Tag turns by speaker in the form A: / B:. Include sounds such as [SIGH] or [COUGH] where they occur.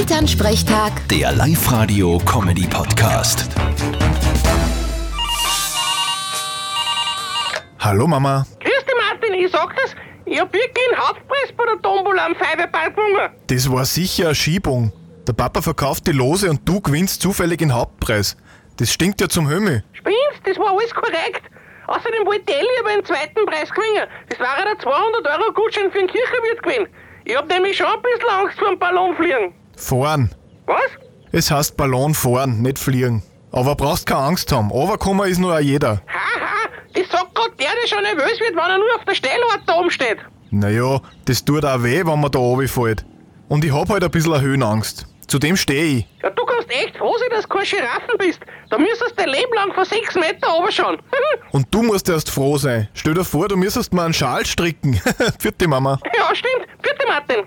A: Elternsprechtag,
B: Der Live-Radio-Comedy-Podcast.
C: Hallo Mama.
D: Grüß dich, Martin, ich sag das. Ich hab wirklich einen Hauptpreis bei der Tombola am Feibepark gewonnen.
C: Das war sicher eine Schiebung. Der Papa verkauft die Lose und du gewinnst zufällig den Hauptpreis. Das stinkt ja zum Himmel.
D: Spinnst, das war alles korrekt. Außerdem wollte Ellie aber einen zweiten Preis gewinnen. Das war ja der 200-Euro-Gutschein für den Kirchenwirt gewesen. Ich hab nämlich schon ein bisschen Angst vor dem Ballonfliegen.
C: Fahren.
D: Was?
C: Es heißt Ballon fahren, nicht fliegen. Aber brauchst keine Angst haben. Overkommen ist nur auch jeder.
D: Haha, das sagt grad der, der schon nervös wird, wenn er nur auf der Stellart da oben steht.
C: Naja, das tut auch weh, wenn man da runterfällt. Und ich hab halt ein bisschen eine Höhenangst. Zudem stehe ich.
D: Ja, du kannst echt froh sein, dass du kein Giraffen bist. Da müsstest du dein Leben lang von 6 Meter runterschauen. [LAUGHS]
C: Und du musst erst froh sein. Stell dir vor, du müsstest mir einen Schal stricken. [LAUGHS] Für die Mama.
D: ja, stimmt. Bitte, Martin.